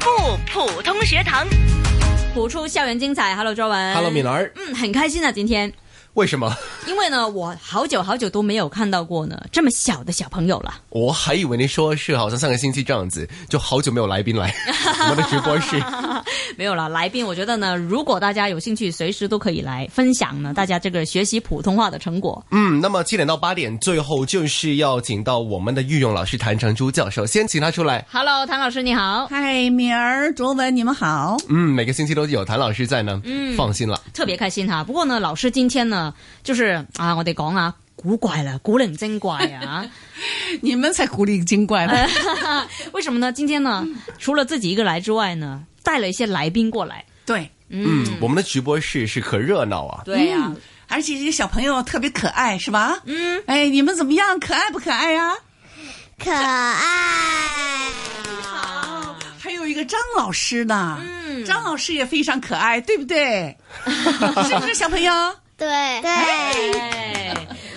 普通学堂，补出校园精彩。Hello，周文。 Hello，敏儿，嗯，很开心啊，今天，为什么？因为呢，我好久好久都没有看到过呢，这么小的小朋友了。 我还以为你说是好像上个星期这样子，就好久没有来宾 来我们的直播室。没有啦，来宾，我觉得呢，如果大家有兴趣，随时都可以来分享呢，大家这个学习普通话的成果。嗯，那么七点到八点，最后就是要请到我们的御用老师谭成珠教授，先请他出来。 Hello，谭老师你好，嗨，敏哎儿、卓文，你们好。嗯，每个星期都有谭老师在呢，嗯，放心了。特别开心哈。不过呢，老师今天呢，就是啊，我哋讲啊，古怪啦，古灵精怪啊。你们才古灵精怪吧？ 为什么呢？今天呢，除了自己一个来之外呢，带了一些来宾过来。对，嗯，我们的直播室是可热闹啊。对呀、嗯，而且这个小朋友特别可爱，是吧？嗯，哎，你们怎么样？可爱不可爱啊呀、可爱。还有一个张老师呢，嗯，张老师也非常可爱，对不对？ 是不是小朋友？对对，哎，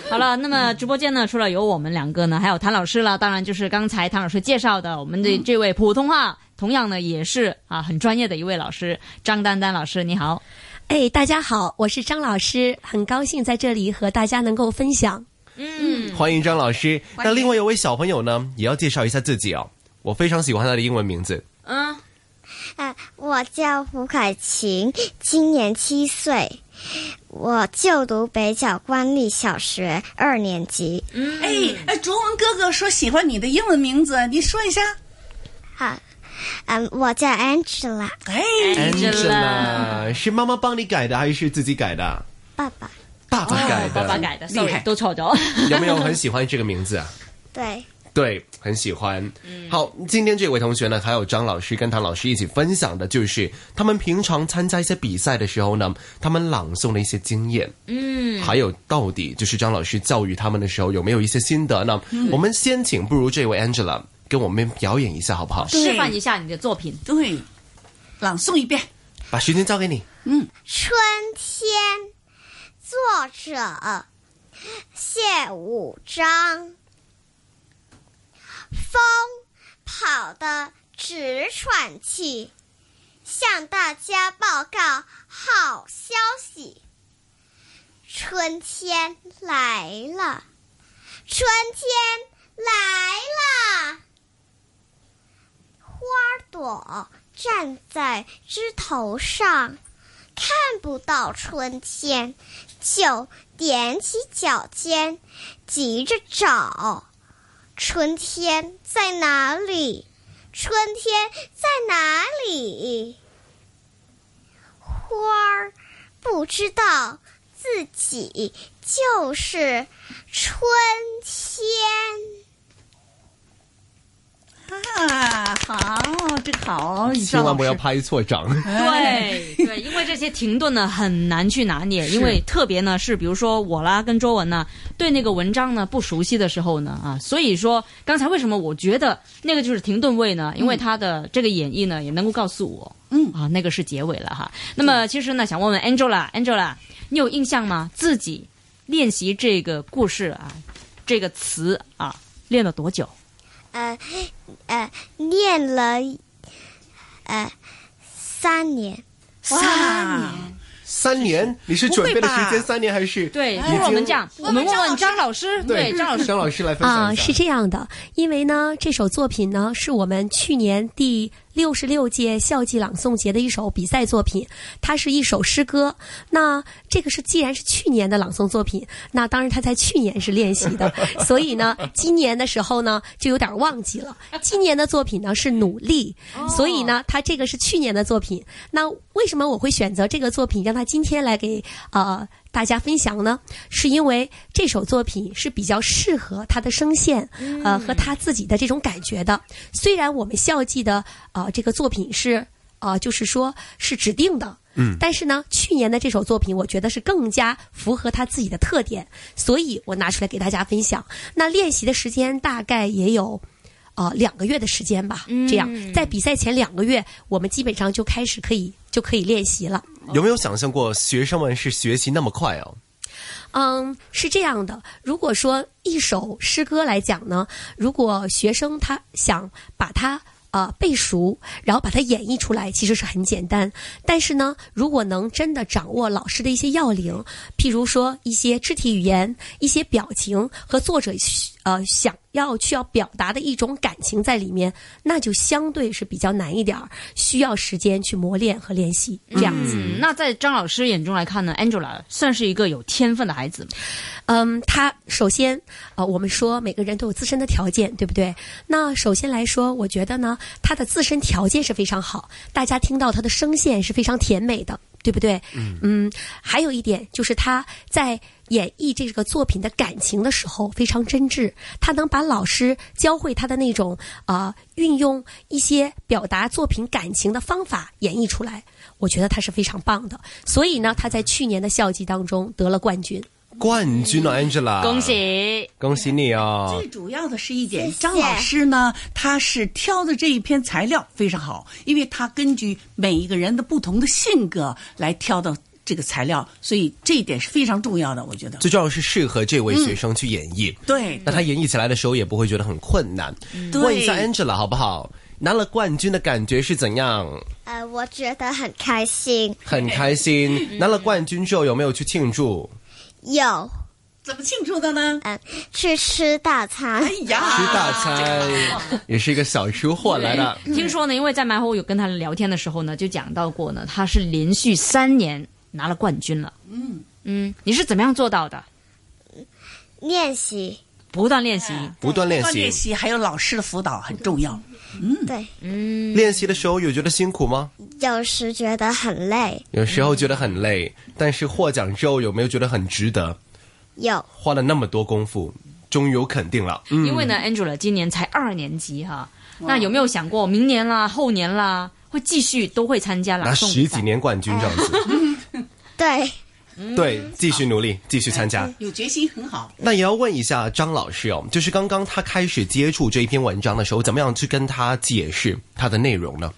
好了，那么直播间呢，除了有我们两个呢，还有谭老师啦，当然就是刚才谭老师介绍的我们的这位普通话，同样呢也是啊很专业的一位老师张丹丹老师，你好。哎，大家好，我是张老师，很高兴在这里和大家能够分享。嗯，欢迎张老师。欢那迎另外有位小朋友呢，也要介绍一下自己哦。我非常喜欢他的英文名字，嗯，呃，我叫胡凯琴，今年七岁，我就读北角官立小学二年级。哎哎，卓文哥哥说喜欢你的英文名字，你说一下。好，嗯，我叫 Angela，哎， Angela 是妈妈帮你改的还是自己改的？爸爸。爸爸改的，爸爸改的厉害，sorry，都错咗。有没有很喜欢这个名字啊？对，对，很喜欢。好，今天这位同学呢，还有张老师跟唐老师一起分享的就是他们平常参加一些比赛的时候呢，他们朗诵的一些经验。嗯，还有到底就是张老师教育他们的时候有没有一些心得呢？我们先请不如这位 Angela 跟我们表演一下好不好？示范一下你的作品。对，朗诵一遍。把时间交给你。春天，作者谢五章。风跑得直喘气，向大家报告好消息：春天来了，春天来了。花朵站在枝头上。看不到春天，就踮起脚尖，急着找。春天在哪里？春天在哪里？花儿不知道自己就是春天。啊，好，这个好，你千张万老不要师。拍错掌。对对，因为这些停顿呢很难去拿捏，因为特别呢是比如说我啦跟周文呢对那个文章呢不熟悉的时候呢啊，所以说刚才为什么我觉得那个就是停顿位呢？因为他的这个演绎呢也能够告诉我，嗯啊那个是结尾了哈。那么其实呢想问问 Angela，Angela 你有印象吗？自己练习这个故事啊这个词啊练了多久？呃呃，念了呃三年，哇，三年，你是准备的时 间不会吧哎三年还是？对，已不如我们经这样，哎我们问问张老师，对对，张老师。张老师来分啊、享一下。是这样的，因为呢，这首作品呢是我们去年第六十六届校际朗诵节的一首比赛作品，它是一首诗歌。那这个是既然是去年的朗诵作品，那当然他在去年是练习 的，所以呢，今年的时候呢就有点忘记了。今年的作品呢是努力，哦所以呢，他这个是去年的作品。那为什么我会选择这个作品，让他今天来给呃大家分享呢？是因为这首作品是比较适合他的声线，呃和他自己的这种感觉的。虽然我们校际的呃这个作品是呃就是说是指定的。嗯，但是呢，去年的这首作品，我觉得是更加符合他自己的特点，所以我拿出来给大家分享。那练习的时间大概也有呃两个月的时间吧，这样在比赛前两个月，我们基本上就开始可以就可以练习了。有没有想象过学生们是学习那么快哦？嗯，是这样的。如果说一首诗歌来讲呢，如果学生他想把它呃背熟，然后把它演绎出来，其实是很简单。但是呢，如果能真的掌握老师的一些要领，譬如说一些肢体语言、一些表情和作者呃想要去要表达的一种感情在里面，那就相对是比较难一点儿，需要时间去磨练和练习这样子。嗯，那在张老师眼中来看呢，Angela 算是一个有天分的孩子吗？嗯，他首先啊、呃我们说每个人都有自身的条件，对不对？那首先来说，我觉得呢，他的自身条件是非常好，大家听到他的声线是非常甜美的，对不对？嗯还有一点就是他在演绎这个作品的感情的时候非常真挚，他能把老师教会他的那种啊、呃运用一些表达作品感情的方法演绎出来。我觉得他是非常棒的，所以呢，他在去年的校季当中得了冠军。冠军啊，Angela，恭喜！恭喜你哦最！主要的是一谢点谢，张老师呢，他是挑的这一篇材料非常好，因为他根据每一个人的不同的性格来挑的这个材料，所以这一点是非常重要的，我觉得。最重要的是适合这位学生去演绎，对，那他演绎起来的时候也不会觉得很困难。对问一下 Angela 好不好？拿了冠军的感觉是怎样？呃，我觉得很开心。很开心。拿了冠军之后有没有去庆祝？有，怎么庆祝的呢？嗯，去吃大餐。哎呀，吃大餐，也是一个小吃货来的。嗯听说呢，因为在麦后有跟他聊天的时候呢，就讲到过呢，他是连续三年拿了冠军了。嗯嗯，你是怎么样做到的？练习，不断练习，不断练锻习炼，习还有老师的辅导很重要。对，练习的时候有觉得辛苦吗？有时觉得很累，有时候觉得很累，但是获奖之后有没有觉得很值得？有花了那么多功夫，终于有肯定了。嗯，因为呢，Angela 今年才二年级哈，那有没有想过明年啦、后年啦，会继续都会参加拿朗诵比十赛几年冠军这样子，对。嗯对，继续努力，继续参加。有决心很好。那也要问一下张老师哦，就是刚刚他开始接触这一篇文章的时候，怎么样去跟他解释它的内容呢？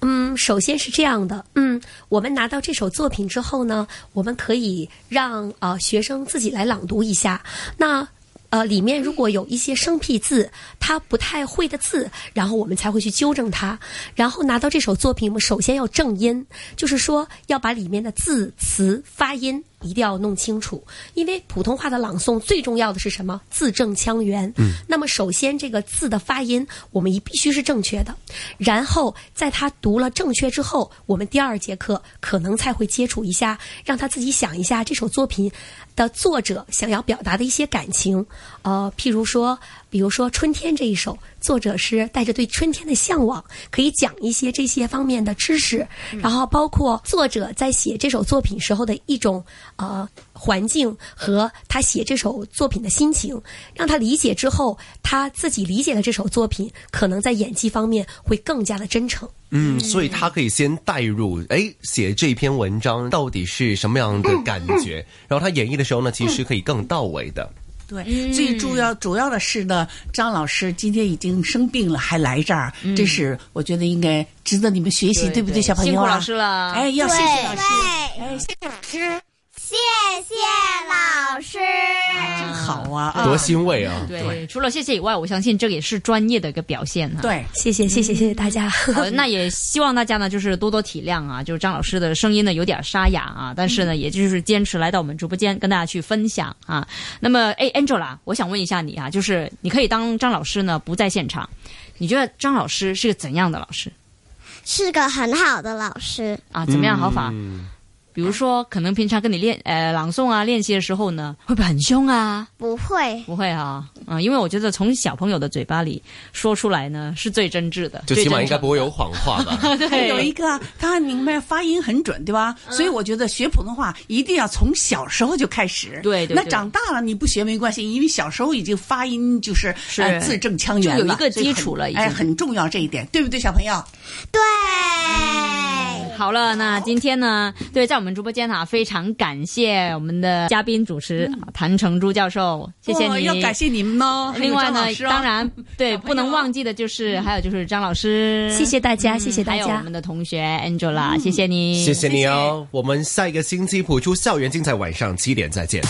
嗯，首先是这样的，嗯，我们拿到这首作品之后呢，我们可以让呃学生自己来朗读一下。那呃，里面如果有一些生僻字，他不太会的字，然后我们才会去纠正它。然后拿到这首作品，我们首先要正音，就是说要把里面的字词发音一定要弄清楚，因为普通话的朗诵最重要的是什么？字正腔圆。嗯，那么首先这个字的发音，我们一必须是正确的，然后在他读了正确之后，我们第二节课可能才会接触一下，让他自己想一下这首作品的作者想要表达的一些感情，呃，譬如说，比如说《春天》这一首，作者是带着对春天的向往，可以讲一些这些方面的知识，然后包括作者在写这首作品时候的一种呃环境和他写这首作品的心情，让他理解之后，他自己理解了这首作品，可能在演技方面会更加的真诚。嗯，所以他可以先带入，哎，写这篇文章到底是什么样的感觉，嗯然后他演绎的时候呢，其实可以更到位的。对，最重要主要的是呢，张老师今天已经生病了，还来这儿，这是我觉得应该值得你们学习，对对不对对，小朋辛友苦啊？老师了哎，要谢谢老师，对，谢谢老师。真好啊啊！多欣慰啊！嗯对，除了谢谢以外，我相信这个也是专业的一个表现哈。对，谢谢，谢谢，谢谢大家。好， 那也希望大家呢，就是多多体谅啊。就是张老师的声音呢有点沙哑啊，但是呢，也就是坚持来到我们直播间跟大家去分享啊。那么，哎，Angela，我想问一下你啊，就是你可以当张老师呢不在现场，你觉得张老师是个怎样的老师是个很好的老师，啊？怎么样好法？嗯比如说，可能平常跟你练呃朗诵啊练习的时候呢，会不会很凶啊？不会不会啊，啊、因为我觉得从小朋友的嘴巴里说出来呢是最真挚的，就起码应该不会会有谎话吧？还有 一对。嗯个他很明白发音很准，对吧？所以我觉得学普通话一定要从小时候就开始。对对那对长大了你不学没关系，因为小时候已经发音就是是呃字正腔就圆有了一个所以很基础了已经哎，很重要这一点，对不对，小朋友？对。好了，那今天呢，对，在我们直播间啊，非常感谢我们的嘉宾主持、啊谭成珠教授，谢谢哦你。嗯要感谢你们哦。另外呢还有张老，师哦当然对，小朋友不能忘记的就是还有就是张老师，谢谢大家，嗯谢谢大还有我家们。的同学嗯 Angela，、谢谢你，谢谢你哦，我们下一个星期谱出校园精彩，晚上七点再见。